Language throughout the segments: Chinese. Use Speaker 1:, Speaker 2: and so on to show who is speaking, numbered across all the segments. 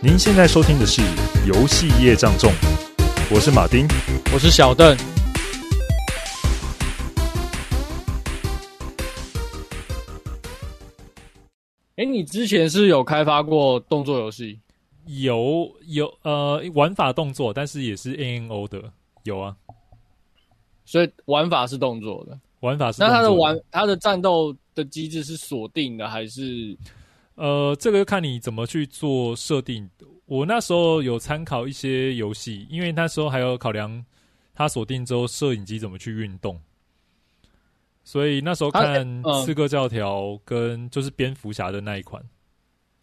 Speaker 1: 您现在收听的是《游戏业障重》，我是马丁。
Speaker 2: 我是小邓。哎、你之前是有开发过动作游戏？
Speaker 3: 有有呃玩法动作，但是也是 A N O 的，有啊，
Speaker 2: 所以玩法是动作的。
Speaker 3: 玩法是
Speaker 2: 那它的
Speaker 3: 动作
Speaker 2: 玩，它的战斗的机制是锁定的，还是
Speaker 3: 呃，这个就看你怎么去做设定。我那时候有参考一些游戏，因为那时候还有考量它锁定之后摄影机怎么去运动，所以那时候
Speaker 2: 它
Speaker 3: 看
Speaker 2: 嗯
Speaker 3: 《刺客教条》跟就是蝙蝠侠的那一款，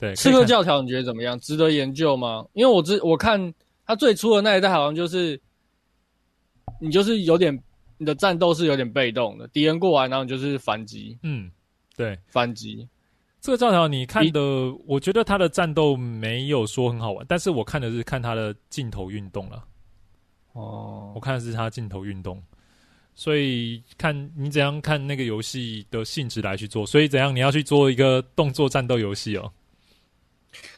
Speaker 3: 对，可以
Speaker 2: 刺客
Speaker 3: 看
Speaker 2: 教条？你觉得怎么样？值得研究吗？因为我之我看它最初的那一代好像就是，你就是有点你的战斗是有点被动的，敌人过来，然后你就是反击，
Speaker 3: 嗯，对，《
Speaker 2: 反击。
Speaker 3: 刺客教条》你看
Speaker 2: 你
Speaker 3: 的，我觉得它的战斗没有说很好玩，但是我看的是看它的镜头运动了。
Speaker 2: 哦
Speaker 3: 我，看的是他镜头运动，所以看你怎样看那个游戏的性质来去做。所以怎样你要去做一个动作战斗游戏哦？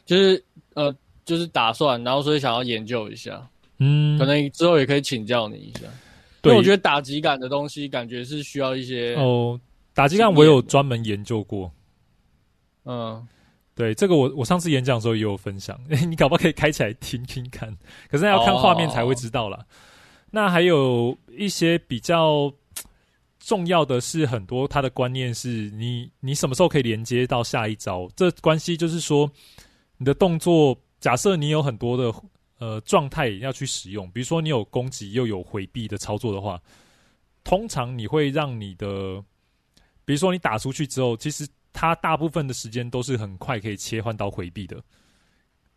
Speaker 2: 就是呃，就是打算，然后所以想要研究一下，
Speaker 3: 嗯
Speaker 2: 可能之后也可以请教你一下。因
Speaker 3: 对，
Speaker 2: 为我觉得打击感的东西，感觉是需要一些，
Speaker 3: 哦，打击感我有专门研究过。
Speaker 2: 嗯，
Speaker 3: 对，这个我我上次演讲的时候也有分享， 你搞不好可以开起来听听看，可是那要看画面才会知道啦。那还有一些比较重要的是，很多它的观念是你你什么时候可以连接到下一招，这关系就是说你的动作，假设你有很多的呃状态要去使用，比如说你有攻击又有回避的操作的话，通常你会让你的，比如说你打出去之后，其实它大部分的时间都是很快可以切换到回避的。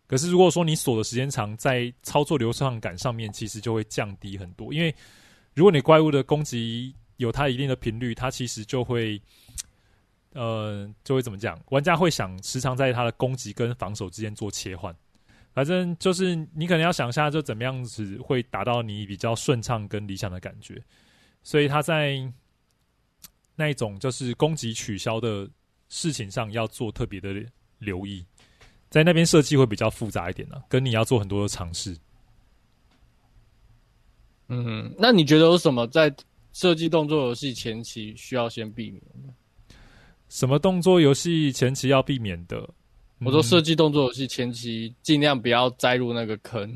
Speaker 3: 可是如果说你锁的时间长，在操作流畅感上面，其实就会降低很多。因为如果你怪物的攻击有它一定的频率，它其实就会，呃，就会怎么讲？玩家会想时常在它的攻击跟防守之间做切换。反正就是你可能要想一下，就怎么样子会达到你比较顺畅跟理想的感觉。所以他在那一种就是攻击取消的事情上要做特别的留意，在那边设计会比较复杂一点呢、跟你要做很多的尝试。
Speaker 2: 嗯，那你觉得有什么在设计动作游戏前期需要先避免？
Speaker 3: 什么动作游戏前期要避免的？嗯
Speaker 2: 我说设计动作游戏前期尽量不要栽入那个坑。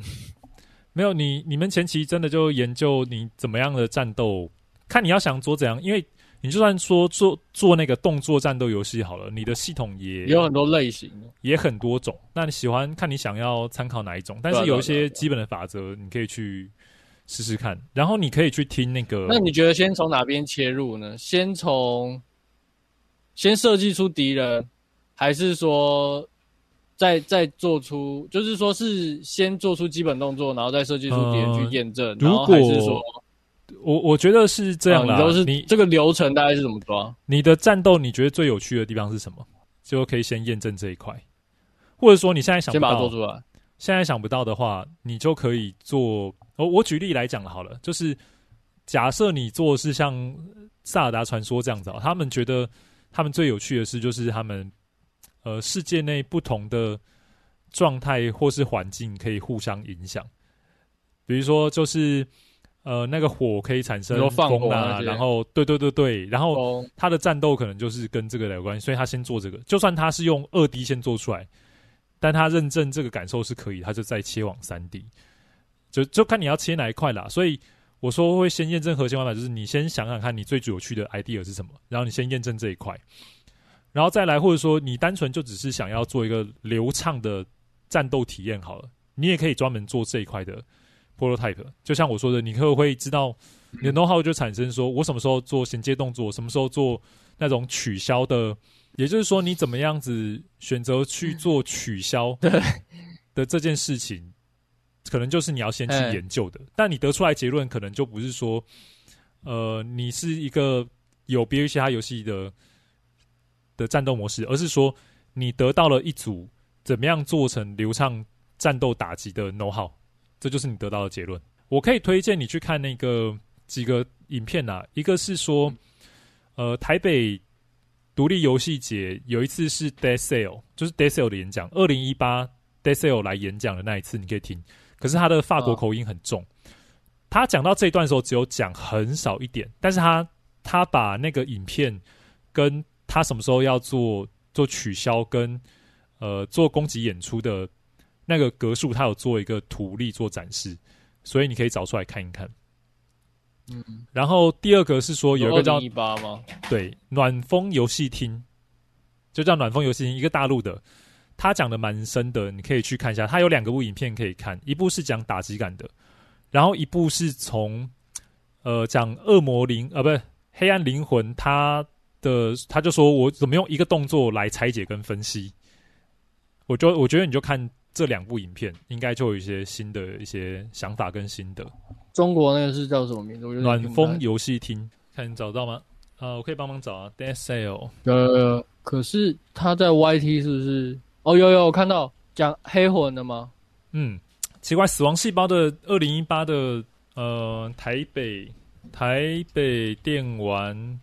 Speaker 3: 没有你，你们前期真的就研究你怎么样的战斗，看你要想做怎样，因为你就算说做做那个动作战斗游戏好了，你的系统也
Speaker 2: 也有很多类型，
Speaker 3: 也很多种，那你喜欢看你想要参考哪一种，但
Speaker 2: 对
Speaker 3: 是
Speaker 2: 啊
Speaker 3: 有
Speaker 2: 对啊
Speaker 3: 一
Speaker 2: 对
Speaker 3: 些
Speaker 2: 啊
Speaker 3: 基本的法则你可以去试试看，然后你可以去听那个，
Speaker 2: 那你觉得先从哪边切入呢？先从先设计出敌人，还是说再再做出，就是说是先做出基本动作，然后再设计出敌人去验证？
Speaker 3: 呃如
Speaker 2: 然后还是说
Speaker 3: 果我我觉得是这样啦，
Speaker 2: 啊你都是
Speaker 3: 你
Speaker 2: 这个流程大概是怎么抓？
Speaker 3: 你的战斗你觉得最有趣的地方是什么，就可以先验证这一块，或者说你现在想不
Speaker 2: 先把它做，
Speaker 3: 到
Speaker 2: 出来。
Speaker 3: 现在想不到的话，你就可以做。哦我我举例来讲好了，就是假设你做的是像《萨尔达传说》这样子、哦，他们觉得他们最有趣的事就是他们呃世界内不同的状态或是环境可以互相影响。比如说，就是呃那个火可以产生
Speaker 2: 你说放
Speaker 3: 风
Speaker 2: 火
Speaker 3: 啊，
Speaker 2: 那些
Speaker 3: 然后对对对对，然后
Speaker 2: 哦，
Speaker 3: 他的战斗可能就是跟这个有关系，所以他先做这个。就算他是用二 D 先做出来，但他认证这个感受是可以，他就再切往三 D，就就看你要切哪一块啦。所以我说会先验证核心玩法，就是你先想想看你最有趣的 idea 是什么，然后你先验证这一块，然后再来或者说你单纯就只是想要做一个流畅的战斗体验好了，你也可以专门做这一块的 prototype。就像我说的，你可不可以知道你的 know how 就产生说我什么时候做衔接动作，什么时候做那种取消的，也就是说你怎么样子选择去做取消的这件事情，可能就是你要先去
Speaker 2: 哎
Speaker 3: 研究的。但你得出来结论可能就不是说，呃，你是一个有别于其他游戏的的战斗模式，而是说你得到了一组怎么样做成流畅战斗打击的 know how，这就是你得到的结论。我可以推荐你去看那个几个影片啊，一个是说，呃，台北独立游戏节有一次是 Dead Sale，就是 Dead Sale 的演讲，二零一八 d e s e l 来演讲的那一次，你可以听。可是他的法国口音很重，他讲到这一段的时候，只有讲很少一点，但是他他把那个影片跟他什么时候要做做取消跟呃做攻击演出的那个格数，他有做一个图例做展示，所以你可以找出来看一看。
Speaker 2: 嗯，哦
Speaker 3: 然后第二个是说有一个叫
Speaker 2: 一八吗？
Speaker 3: 对暖风游戏厅，就叫暖风游戏厅，一个大陆的，他讲的蛮深的，你可以去看一下。他有两个部影片可以看，一部是讲打击感的，然后一部是从呃讲恶魔灵啊，不是黑暗灵魂，他的他就说我怎么用一个动作来拆解跟分析。我就我觉得你就看这两部影片，应该就有一些新的一些想法跟心得。
Speaker 2: 中国那个是叫什么名字？我有点
Speaker 3: 暖
Speaker 2: 听不太
Speaker 3: 风游戏厅，看你找到吗？啊，我可以帮忙找啊。d e s a l
Speaker 2: 呃，可是他在 YT 是不是？哦，有有，我看到讲黑魂的吗？
Speaker 3: 嗯，奇怪，死亡细胞的二零一八的呃台北台北电玩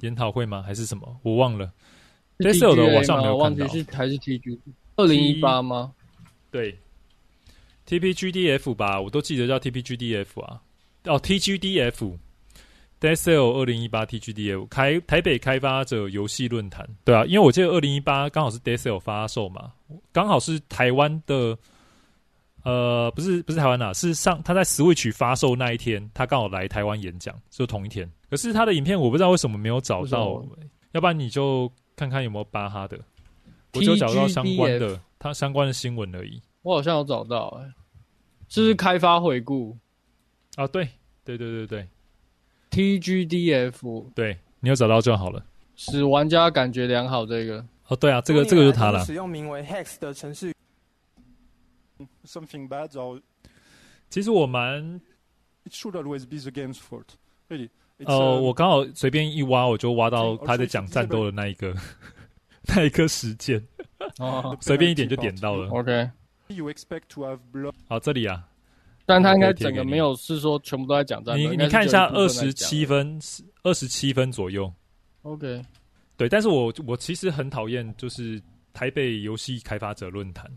Speaker 3: 研讨会吗？还是什么？我忘了。
Speaker 2: 是
Speaker 3: Desel 的
Speaker 2: TGA
Speaker 3: 我好像没有
Speaker 2: 吗忘
Speaker 3: 看
Speaker 2: 记
Speaker 3: 到
Speaker 2: 是还是 TG 二零一八吗？
Speaker 3: 对，TPGDF 吧，我都记得叫 TPGDF 啊。哦，TGDF。d e s e l 二零一八 TGDF 开台北开发者游戏论坛，对啊，因为我记得二零一八刚好是 d e s e l 发售嘛，刚好是台湾的，呃，不是不是台湾啦、是上他在 Switch 发售那一天，他刚好来台湾演讲，就同一天。可是他的影片我不知道为什么没有找
Speaker 2: 为什
Speaker 3: 到
Speaker 2: 么，
Speaker 3: 要不然你就看看有没有巴哈的，我就找到相关的他相关的新闻而已。
Speaker 2: 我好像有找到、哎，是不是开发回顾
Speaker 3: 啊，对对对对对
Speaker 2: TGDF
Speaker 3: 对，你有找到就好了。
Speaker 2: 使玩家感觉良好这个？
Speaker 3: 哦，对啊，这个
Speaker 4: 多年来
Speaker 3: 这个就是他
Speaker 4: 都
Speaker 3: 了
Speaker 4: 使。用名为 Hex 的程序
Speaker 5: something bad or
Speaker 3: 其实我蛮
Speaker 5: it should always be the game's fault. Really. It's,
Speaker 3: 呃，
Speaker 5: uh,
Speaker 3: 我刚好随便一挖，我就挖到
Speaker 2: 哦
Speaker 3: 他在讲战斗的那一个 那一个时间，
Speaker 2: 哦
Speaker 3: 随便一点就点到了。
Speaker 2: ，OK，
Speaker 5: you expect to have blood
Speaker 3: 好，这里啊，
Speaker 2: 但他应
Speaker 3: 我
Speaker 2: 该
Speaker 3: 可以贴
Speaker 2: 整
Speaker 3: 给
Speaker 2: 个
Speaker 3: 你
Speaker 2: 没有是说全部都在讲战斗，
Speaker 3: 你
Speaker 2: 应该
Speaker 3: 你
Speaker 2: 是
Speaker 3: 看一下
Speaker 2: 只有
Speaker 3: 二
Speaker 2: 部分在
Speaker 3: 十
Speaker 2: 讲
Speaker 3: 七分，二十七分左右。
Speaker 2: ，OK，
Speaker 3: 对，但是我我其实很讨厌就是台北游戏开发者论坛，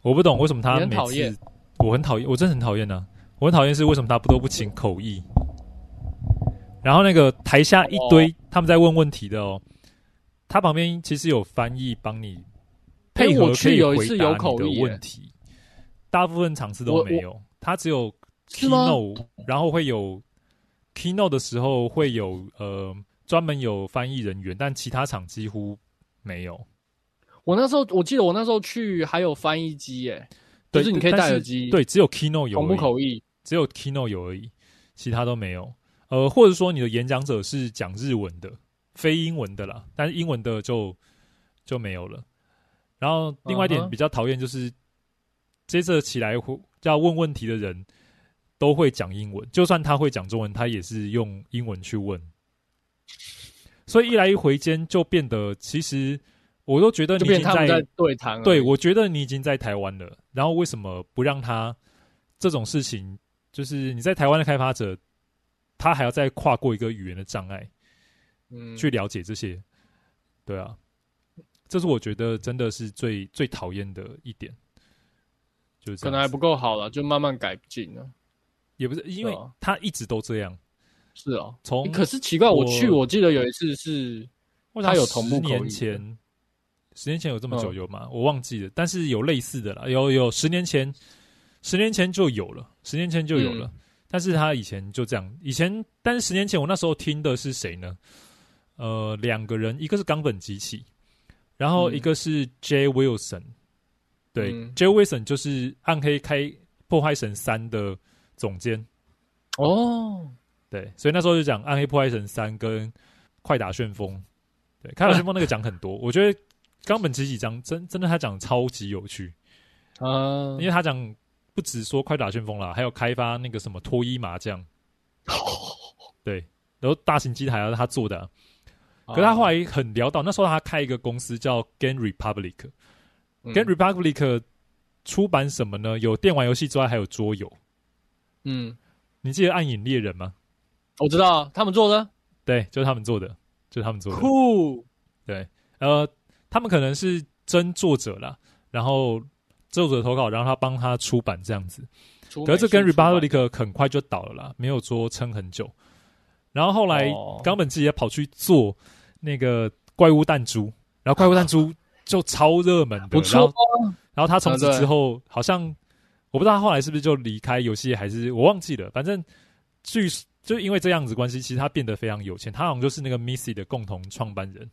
Speaker 3: 我不懂为什么他
Speaker 2: 你很
Speaker 3: 每
Speaker 2: 讨
Speaker 3: 次
Speaker 2: 厌
Speaker 3: 我很讨厌，我真的很讨厌呢。我很讨厌是为什么他不都不请口译，然后那个台下一堆、
Speaker 2: 哦
Speaker 3: 他们在问问题的哦，他旁边其实有翻译帮你配
Speaker 2: 哎
Speaker 3: 合
Speaker 2: 我
Speaker 3: 可
Speaker 2: 去
Speaker 3: 以
Speaker 2: 有一
Speaker 3: 回
Speaker 2: 次
Speaker 3: 答
Speaker 2: 有
Speaker 3: 你
Speaker 2: 口
Speaker 3: 的
Speaker 2: 译耶
Speaker 3: 问题，大部分场次
Speaker 2: 我
Speaker 3: 都
Speaker 2: 我
Speaker 3: 没有，他只有
Speaker 2: 是吗
Speaker 3: keynote，然后会有 keynote 的时候会有呃专门有翻译人员，但其他场几乎没有。
Speaker 2: 我那时候我记得我那时候去还有翻译机耶、
Speaker 3: 对，
Speaker 2: 就是你可以
Speaker 3: 但
Speaker 2: 戴耳机
Speaker 3: 对，只有 keynote 有
Speaker 2: 同
Speaker 3: 而
Speaker 2: 步
Speaker 3: 已
Speaker 2: 口译，
Speaker 3: 只有 keynote 有而已，其他都没有。呃，或者说你的演讲者是讲日文的，非英文的啦，但是英文的就就没有了。然后另外一
Speaker 2: 嗯
Speaker 3: 点
Speaker 2: 哼
Speaker 3: 比较讨厌就是接着起来会要问问题的人都会讲英文，就算他会讲中文，他也是用英文去问。所以一来一回间就变得，其实我都觉得
Speaker 2: 就
Speaker 3: 你已
Speaker 2: 变
Speaker 3: 经
Speaker 2: 成他们在对谈而已。
Speaker 3: 对，我觉得你已经在台湾了，然后为什么不让他这种事情？就是你在台湾的开发者，他还要再跨过一个语言的障碍
Speaker 2: 嗯
Speaker 3: 去了解这些，对啊，这是我觉得真的是最最讨厌的一点，就是这
Speaker 2: 可
Speaker 3: 样
Speaker 2: 能还
Speaker 3: 子
Speaker 2: 不够好了，就慢慢改进了。
Speaker 3: 也不是因为
Speaker 2: 对啊
Speaker 3: 他一直都这样，
Speaker 2: 是哦，
Speaker 3: 从
Speaker 2: 可是奇怪，我
Speaker 3: 我
Speaker 2: 去我记得有一次是
Speaker 3: 我
Speaker 2: 他
Speaker 3: 想
Speaker 2: 有同步
Speaker 3: 十
Speaker 2: 口
Speaker 3: 年
Speaker 2: 译
Speaker 3: 前，十年前有这么久
Speaker 2: 嗯
Speaker 3: 有吗？我忘记了，但是有类似的啦，有有十年前，十年前就有了，十年前就有
Speaker 2: 嗯
Speaker 3: 了，但是他以前就这样，以前但是十年前我那时候听的是谁呢？呃，两个人，一个是冈本机器，然后
Speaker 2: 嗯
Speaker 3: 一个是 J Wilson，对、
Speaker 2: 嗯
Speaker 3: J Wilson 就是《暗黑开破坏神三》的总监，
Speaker 2: 哦，
Speaker 3: 对，所以那时候就讲《暗黑破坏神三》跟《快打旋风》。对，《快打旋风》那个讲很多，我觉得冈本直己讲真真的他讲超级有趣，
Speaker 2: 啊，
Speaker 3: 因为他讲不只说《快打旋风》啦，还有开发那个什么脱衣麻将。对，然后大型机台啊他做的啊、
Speaker 2: 哦
Speaker 3: 可是他后来很潦倒，那时候他开一个公司叫 Game Republic，
Speaker 2: 嗯
Speaker 3: Game Republic 出版什么呢？有电玩游戏之外，还有桌游。
Speaker 2: 嗯，
Speaker 3: 你记得《暗影猎人》吗？
Speaker 2: 我知道他们做的
Speaker 3: 对，就是他们做的，就是他们做的。
Speaker 2: 酷，
Speaker 3: 呃，他们可能是真作者啦，然后作者投稿，然后他帮他出版这样子。
Speaker 2: 出
Speaker 3: 可是
Speaker 2: 美术
Speaker 3: 这跟 r e
Speaker 2: 出
Speaker 3: b a l
Speaker 2: 版
Speaker 3: i c 很快就倒了啦，没有说撑很久。然后后来
Speaker 2: 哦
Speaker 3: 冈本自己也跑去做那个怪物弹珠，然后怪物弹珠就超热门的，
Speaker 2: 不
Speaker 3: 然
Speaker 2: 错
Speaker 3: 后，然后他从此
Speaker 2: 啊对
Speaker 3: 之后好像我不知道他后来是不是就离开游戏，还是我忘记了。反正据就因为这样子关系，其实他变得非常有钱。他好像就是那个 Missy 的共同创办人，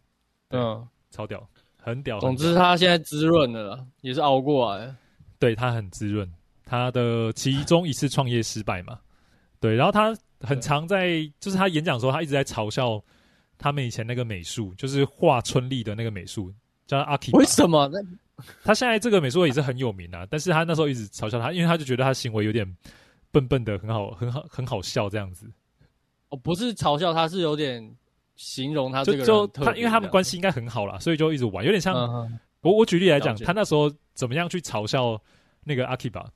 Speaker 2: 嗯，
Speaker 3: 超屌，很屌。
Speaker 2: 总
Speaker 3: 很屌
Speaker 2: 之他现在滋润了啦，也是熬过 来了。
Speaker 3: 对他很滋润。他的其中一次创业失败嘛，对，然后他很常在，就是他演讲的时候，他一直在嘲笑他们以前那个美术，就是画春丽的那个美术，叫阿 K。
Speaker 2: 为什 么？那
Speaker 3: 他现在这个美术也是很有名啊，但是他那时候一直嘲笑他，因为他就觉得他行为有点笨笨的，很好，很好，很好笑这样子。
Speaker 2: 我哦不是嘲笑他，是有点形容他这个
Speaker 3: 就
Speaker 2: 人
Speaker 3: 就
Speaker 2: 很特别
Speaker 3: 他，因为他们
Speaker 2: 这样
Speaker 3: 关系应该很好啦，所以就一直玩，有点像
Speaker 2: 嗯 哼
Speaker 3: 我我举例来讲
Speaker 2: 了，解
Speaker 3: 他那时候怎么样去嘲笑那个阿 k i b a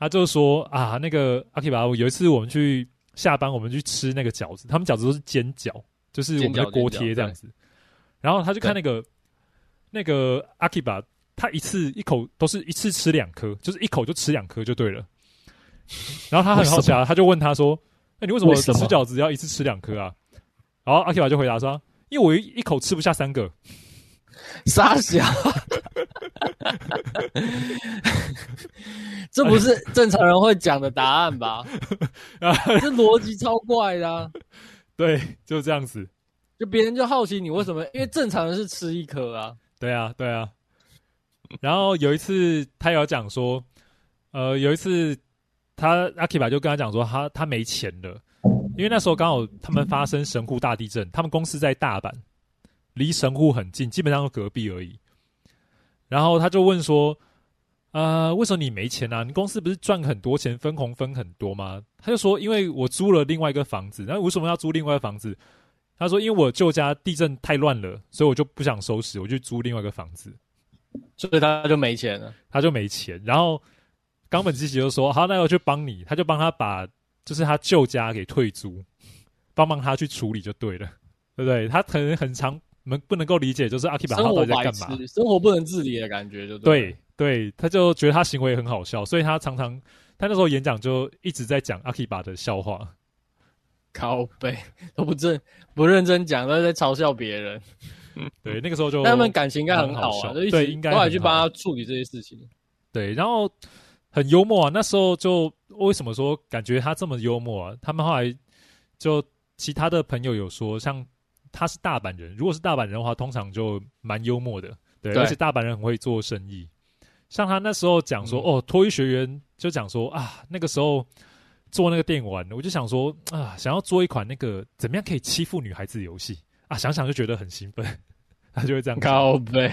Speaker 3: 他就说啊，那个阿 k i b a 有一次我们去下班，我们去吃那个饺子，他们饺子都是煎饺，就是我们的锅贴这样子。然后他就看那个那个阿 k i b a 他一次一口都是一次吃两颗，就是一口就吃两颗就对了。然后他很好奇啊，他就问他说：“那、你为什么
Speaker 2: 为
Speaker 3: 吃
Speaker 2: 什么
Speaker 3: 饺子要一次吃两颗啊？”然后阿 k i b a 就回答说：“因为我一一口吃不下三个。”
Speaker 2: 傻小， 这不是正常人会讲的答案 吧？
Speaker 3: 啊
Speaker 2: 这逻辑超怪的、啊。
Speaker 3: 对，就这样子。
Speaker 2: 就别人就好奇你为什么，因为正常人是吃一颗啊，
Speaker 3: 对啊，对啊。然后有一次他有讲说，呃，有一次他阿 k i b a 就跟他讲说他，他没钱了，因为那时候刚好他们发生神户大地震，他们公司在大阪，离神户很近，基本上就隔壁而已。然后他就问说，呃，为什么你没钱啊？你公司不是赚很多钱，分红分很多吗？他就说，因为我租了另外一个房子，那为什么要租另外一个房子？他说：“因为我舅家地震太乱了，所以我就不想收拾，我就租另外一个房子。
Speaker 2: 所以他就没钱了。”
Speaker 3: 他就没钱，然后冈本基奇就说：“好，那我去帮你。”他就帮他把就是他舅家给退租，帮忙他去处理就对了，对不对？他可能很常我们不能够理解，就是阿 K 把他
Speaker 2: 生
Speaker 3: 到
Speaker 2: 活
Speaker 3: 底在
Speaker 2: 白
Speaker 3: 干嘛？
Speaker 2: 痴，生活不能自理的感觉就对了。
Speaker 3: 对对，他就觉得他行为很好笑，所以他常常他那时候演讲就一直在讲阿 K 把的笑话。
Speaker 2: 靠背都不正不认真讲，都在嘲笑别人。
Speaker 3: 对，那个时候就
Speaker 2: 但他们感情应该很好
Speaker 3: 蛮好
Speaker 2: 啊，
Speaker 3: 笑
Speaker 2: 就一
Speaker 3: 对
Speaker 2: 起
Speaker 3: 应该
Speaker 2: 后来
Speaker 3: 很
Speaker 2: 去
Speaker 3: 好
Speaker 2: 帮他处理这些事情。
Speaker 3: 对，然后很幽默啊。那时候就为什么说感觉他这么幽默啊？他们后来就其他的朋友有说，像他是大阪人，如果是大阪人的话，通常就蛮幽默的，对，
Speaker 2: 对
Speaker 3: 而且大阪人很会做生意。像他那时候讲说，
Speaker 2: 嗯
Speaker 3: 哦，脱衣学员就讲说啊，那个时候做那个电玩，我就想说啊，想要做一款那个怎么样可以欺负女孩子的游戏啊，想想就觉得很兴奋， 他就会这样讲。
Speaker 2: 靠背，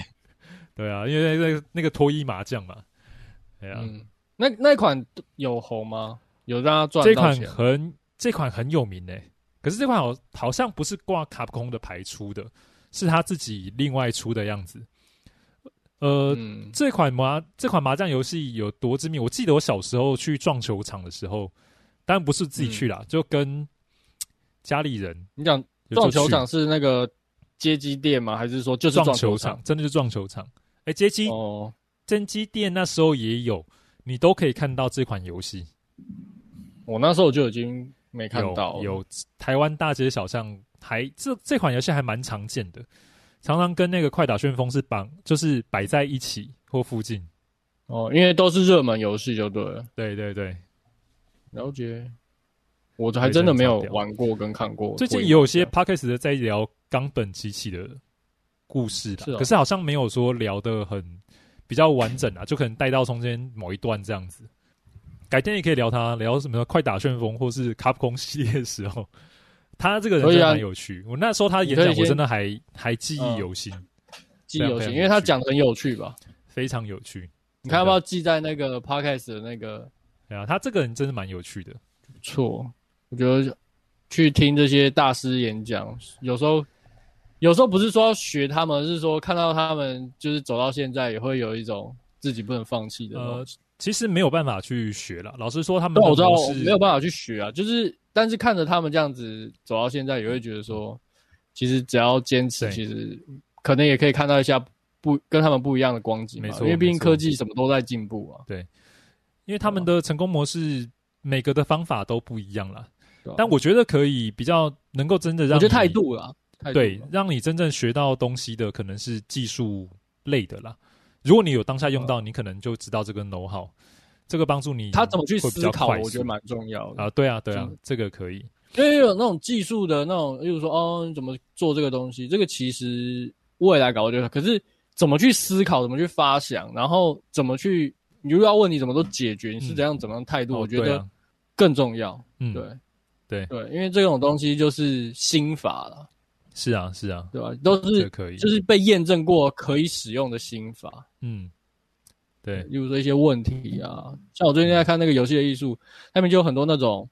Speaker 3: 对啊，因为那个那个脱衣麻将嘛，对啊，
Speaker 2: 嗯，那那款有红吗？有让他赚
Speaker 3: 这
Speaker 2: 到
Speaker 3: 款
Speaker 2: 钱？
Speaker 3: 很这款很有名呢、欸可是这款好好像不是挂卡普空的牌出的，是他自己另外出的样子。呃，
Speaker 2: 嗯，
Speaker 3: 这款麻这款麻将游戏有多知名？我记得我小时候去撞球场的时候，当然不是自己
Speaker 2: 嗯
Speaker 3: 去啦，就跟家里人
Speaker 2: 你讲
Speaker 3: 有时
Speaker 2: 撞
Speaker 3: 候
Speaker 2: 球
Speaker 3: 去
Speaker 2: 场是那个街机店吗？还是说就是
Speaker 3: 撞
Speaker 2: 球
Speaker 3: 球场？，真的是撞球场。哎、街机
Speaker 2: 哦，
Speaker 3: 街机店那时候也有，你都可以看到这款游戏。
Speaker 2: 我那时候就已经没看到了
Speaker 3: 有有台湾大街小巷还这这款游戏还蛮常见的，常常跟那个快打旋风是绑，就是摆在一起或附近。
Speaker 2: 哦，因为都是热门游戏就对了。
Speaker 3: 对对对，
Speaker 2: 了解，我还真的没有玩过跟看过。
Speaker 3: 最近
Speaker 2: 我
Speaker 3: 也有些 p o d c a s t 在聊冈本机器的故事啦
Speaker 2: 是哦
Speaker 3: 可是好像没有说聊的很比较完整啊，就可能带到中间某一段这样子。改天也可以聊他，聊什么快打旋风或是卡普空系列的时候，他这个人
Speaker 2: 可以
Speaker 3: 真的
Speaker 2: 啊
Speaker 3: 蛮有趣。我那时候他的演
Speaker 2: 你可以
Speaker 3: 讲，我
Speaker 2: 先
Speaker 3: 真的还还记忆
Speaker 2: 嗯
Speaker 3: 犹新。
Speaker 2: 记有
Speaker 3: 非
Speaker 2: 趣，
Speaker 3: 常
Speaker 2: 因为他讲得很有趣吧？
Speaker 3: 非常有趣。
Speaker 2: 你看要不要记在那个 podcast 的那个？
Speaker 3: 对啊，他这个人真的蛮有趣的。
Speaker 2: 不错，我觉得去听这些大师演讲，有时候有时候不是说要学他们，是说看到他们就是走到现在，也会有一种自己不能放弃的
Speaker 3: 呃
Speaker 2: 东西。，
Speaker 3: 其实没有办法去学了。老实说，他们
Speaker 2: 但啊我知道
Speaker 3: 都
Speaker 2: 我
Speaker 3: 是
Speaker 2: 没有办法去学啊，就是但是看着他们这样子走到现在，也会觉得说，其实只要坚持，
Speaker 3: 对
Speaker 2: 其实可能也可以看到一下不不跟他们不一样的光景嘛，
Speaker 3: 没错
Speaker 2: 因为毕
Speaker 3: 没
Speaker 2: 竟
Speaker 3: 错
Speaker 2: 科技什么都在进步啊。
Speaker 3: 因为他们的成功模式每个的方法都不一样啦。
Speaker 2: 对啊
Speaker 3: 但我觉得可以比较能够真的让
Speaker 2: 我觉得态
Speaker 3: 你
Speaker 2: 度啦，态度啊
Speaker 3: 对
Speaker 2: 啦，
Speaker 3: 让你真正学到东西的可能是技术类的啦。如果你有当下用到，你可能就知道这个 know how，这个帮助你
Speaker 2: 嗯他怎么去
Speaker 3: 会比
Speaker 2: 思
Speaker 3: 较
Speaker 2: 考，
Speaker 3: 快
Speaker 2: 我觉
Speaker 3: 速
Speaker 2: 得蛮重要的
Speaker 3: 啊，。对啊，对啊
Speaker 2: 嗯，
Speaker 3: 这个可以，
Speaker 2: 因为有那种技术的那种，例如说哦，你怎么做这个东西，这个其实未来搞就是，可是怎么去思考，怎么去发想，然后怎么去，你如果要问你怎么都解决，你是怎样怎么样态度，
Speaker 3: 哦
Speaker 2: 我觉
Speaker 3: 对
Speaker 2: 得
Speaker 3: 啊
Speaker 2: 更重要。
Speaker 3: 嗯，
Speaker 2: 对、
Speaker 3: 对
Speaker 2: 对，因为这种东西就是心法了，
Speaker 3: 是啊，是啊，
Speaker 2: 对吧？都
Speaker 3: 这个
Speaker 2: 是
Speaker 3: 可以，
Speaker 2: 就是被验证过可以使用的心法。
Speaker 3: 嗯，对，
Speaker 2: 例如说一些问题啊，像我最近在看那个游戏的艺术，他们就有很多那种，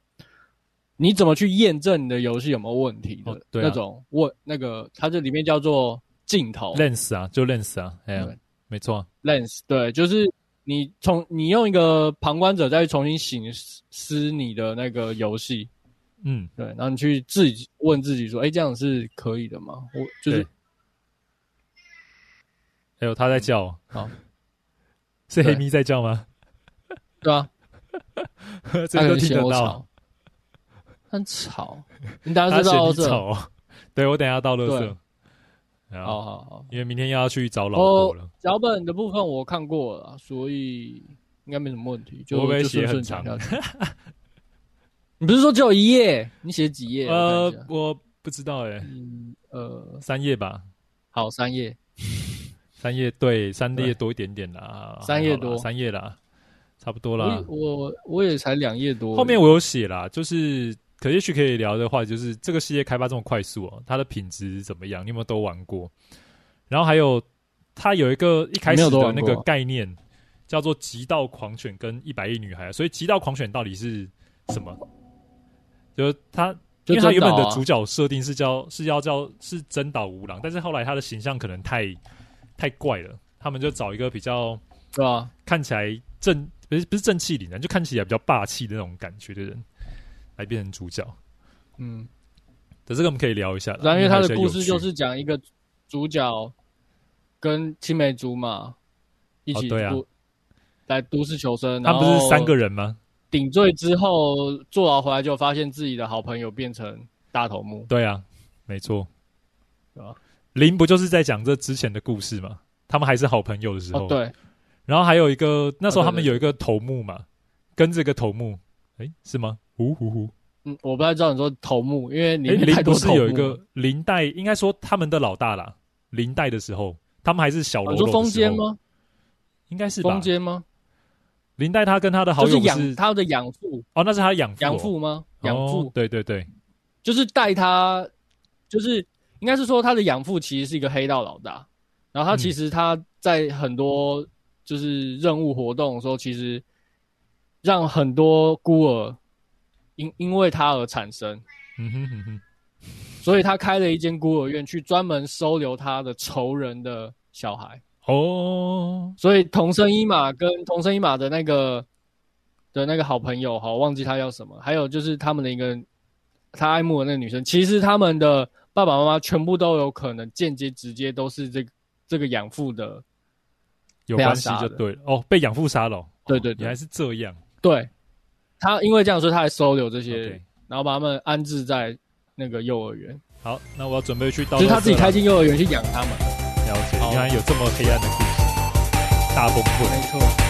Speaker 2: 你怎么去验证你的游戏有没有问题的、
Speaker 3: 哦对啊
Speaker 2: 那种问，那个它这里面叫做镜头
Speaker 3: lens 啊，就 lens 啊，哎呀
Speaker 2: 对，
Speaker 3: 没错啊，
Speaker 2: lens，对，就是你从你用一个旁观者再去重新醒思你的那个游戏，
Speaker 3: 嗯，
Speaker 2: 对，然后你去自己问自己说，哎，这样是可以的吗？我就是
Speaker 3: 对还有他在叫哦，
Speaker 2: 好
Speaker 3: 是黑
Speaker 2: 嗯对
Speaker 3: 咪在 叫吗？
Speaker 2: 对啊，他
Speaker 3: 这
Speaker 2: 可
Speaker 3: 都
Speaker 2: 能
Speaker 3: 听
Speaker 2: 嫌
Speaker 3: 得
Speaker 2: 我
Speaker 3: 到，啊
Speaker 2: 吵，很吵，你大家
Speaker 3: 他
Speaker 2: 知
Speaker 3: 嫌
Speaker 2: 道
Speaker 3: 你
Speaker 2: 这，好
Speaker 3: 丑哦， 对我等一下到垃
Speaker 2: 对
Speaker 3: 圾，然后
Speaker 2: 好哦好。
Speaker 3: 因为明天又要去找老婆了，
Speaker 2: 脚本的部分我看过了，所以应该没什么问题。就
Speaker 3: 会不会
Speaker 2: 就
Speaker 3: 写
Speaker 2: 顺顺讲
Speaker 3: 很长
Speaker 2: 下去。 你不是说只有一页？你写几页？
Speaker 3: 呃
Speaker 2: 我看一下，
Speaker 3: 我不知道哎，
Speaker 2: 嗯呃，
Speaker 3: 三页吧，
Speaker 2: 好，三页。
Speaker 3: 三页对，三
Speaker 2: 对
Speaker 3: 页多一点点啦，
Speaker 2: 三页多
Speaker 3: 还好啦三页啦，差不多
Speaker 2: 我
Speaker 3: 啦
Speaker 2: 也。我我也才两页多而已。
Speaker 3: 后面我有写啦，就是可也许可以聊的话，就是这个系列开发这么快速哦，它的品质怎么样？你有没有都玩过？然后还有它有一个一开
Speaker 2: 没有
Speaker 3: 始
Speaker 2: 都
Speaker 3: 的
Speaker 2: 玩
Speaker 3: 那
Speaker 2: 过
Speaker 3: 个概念叫做“极道狂犬”跟“一百亿女孩”，啊所以“极道狂犬”到底是什么？就是它
Speaker 2: 就
Speaker 3: 因为他原本
Speaker 2: 真
Speaker 3: 的
Speaker 2: 岛啊
Speaker 3: 主角设定是叫是要叫是真岛吾郎，但是后来他的形象可能太太怪了，他们就找一个比较
Speaker 2: 对啊吧？
Speaker 3: 看起来正不是不是正气凛然，就看起来比较霸气的那种感觉的人来变成主角。
Speaker 2: 嗯，
Speaker 3: 对，这个我们可以聊一下啦。
Speaker 2: 然后因为他的
Speaker 3: 还有
Speaker 2: 故
Speaker 3: 一些有
Speaker 2: 事
Speaker 3: 趣啊
Speaker 2: 就是讲一个主角跟青梅竹马一起
Speaker 3: 哦对啊
Speaker 2: 都来都市求生，
Speaker 3: 他
Speaker 2: 然
Speaker 3: 们
Speaker 2: 后
Speaker 3: 不是三个人吗？
Speaker 2: 顶罪之后坐牢回来，就发现自己的好朋友变成大头目。
Speaker 3: 对啊，没错。
Speaker 2: 对啊
Speaker 3: 林不就是在讲这之前的故事吗？他们还是好朋友的时候。
Speaker 2: 哦，。对，
Speaker 3: 然后还有一个那时
Speaker 2: 啊
Speaker 3: 候
Speaker 2: 对
Speaker 3: 他们有一个头目嘛，跟这个头目，诶，是吗？呼呼呼。
Speaker 2: 嗯，我不太知道你说头目，因为里
Speaker 3: 诶，
Speaker 2: 面
Speaker 3: 林
Speaker 2: 太
Speaker 3: 不
Speaker 2: 多
Speaker 3: 是
Speaker 2: 头目了。
Speaker 3: 有一个林代，应该说他们的老大啦。林代的时候，他们还是小
Speaker 2: 哦，
Speaker 3: 喽
Speaker 2: 你说
Speaker 3: 啰的
Speaker 2: 风
Speaker 3: 时
Speaker 2: 间
Speaker 3: 候？
Speaker 2: 吗？
Speaker 3: 应该是吧
Speaker 2: 风。间吗？
Speaker 3: 林代他跟他的好
Speaker 2: 就
Speaker 3: 友
Speaker 2: 是
Speaker 3: 不
Speaker 2: 养他的养父，
Speaker 3: 哦，那是他养父哦
Speaker 2: 养父吗？养
Speaker 3: 哦
Speaker 2: 父
Speaker 3: 对对对，
Speaker 2: 就是带他，就是应该是说他的养父其实是一个黑道老大，然后他
Speaker 3: 嗯
Speaker 2: 其实他在很多就是任务活动的时候，其实让很多孤儿因因为他而产生，
Speaker 3: 嗯哼哼哼，
Speaker 2: 所以他开了一间孤儿院，去专门收留他的仇人的小孩。
Speaker 3: 哦，
Speaker 2: 所以同生一马跟同生一马的那个的那个好朋友，好忘记他叫什么，还有就是他们的一个他爱慕的那个女生，其实他们的爸爸妈妈全部都有可能间接直接都是这个这个养父的，
Speaker 3: 有
Speaker 2: 被他
Speaker 3: 关系
Speaker 2: 杀
Speaker 3: 就
Speaker 2: 的
Speaker 3: 对了。哦，被养父杀了哦。
Speaker 2: 对
Speaker 3: 哦
Speaker 2: 对对
Speaker 3: 原来是这样。
Speaker 2: 对他因为这样，所以他还收留这些
Speaker 3: OK，
Speaker 2: 然后把他们安置在那个幼儿园，
Speaker 3: 好，那我要准备去到。
Speaker 2: 就是他自己开进幼儿园去养他们，
Speaker 3: 了解，
Speaker 2: 好
Speaker 3: 原来有这么黑暗的故事，大崩溃。
Speaker 2: 没错。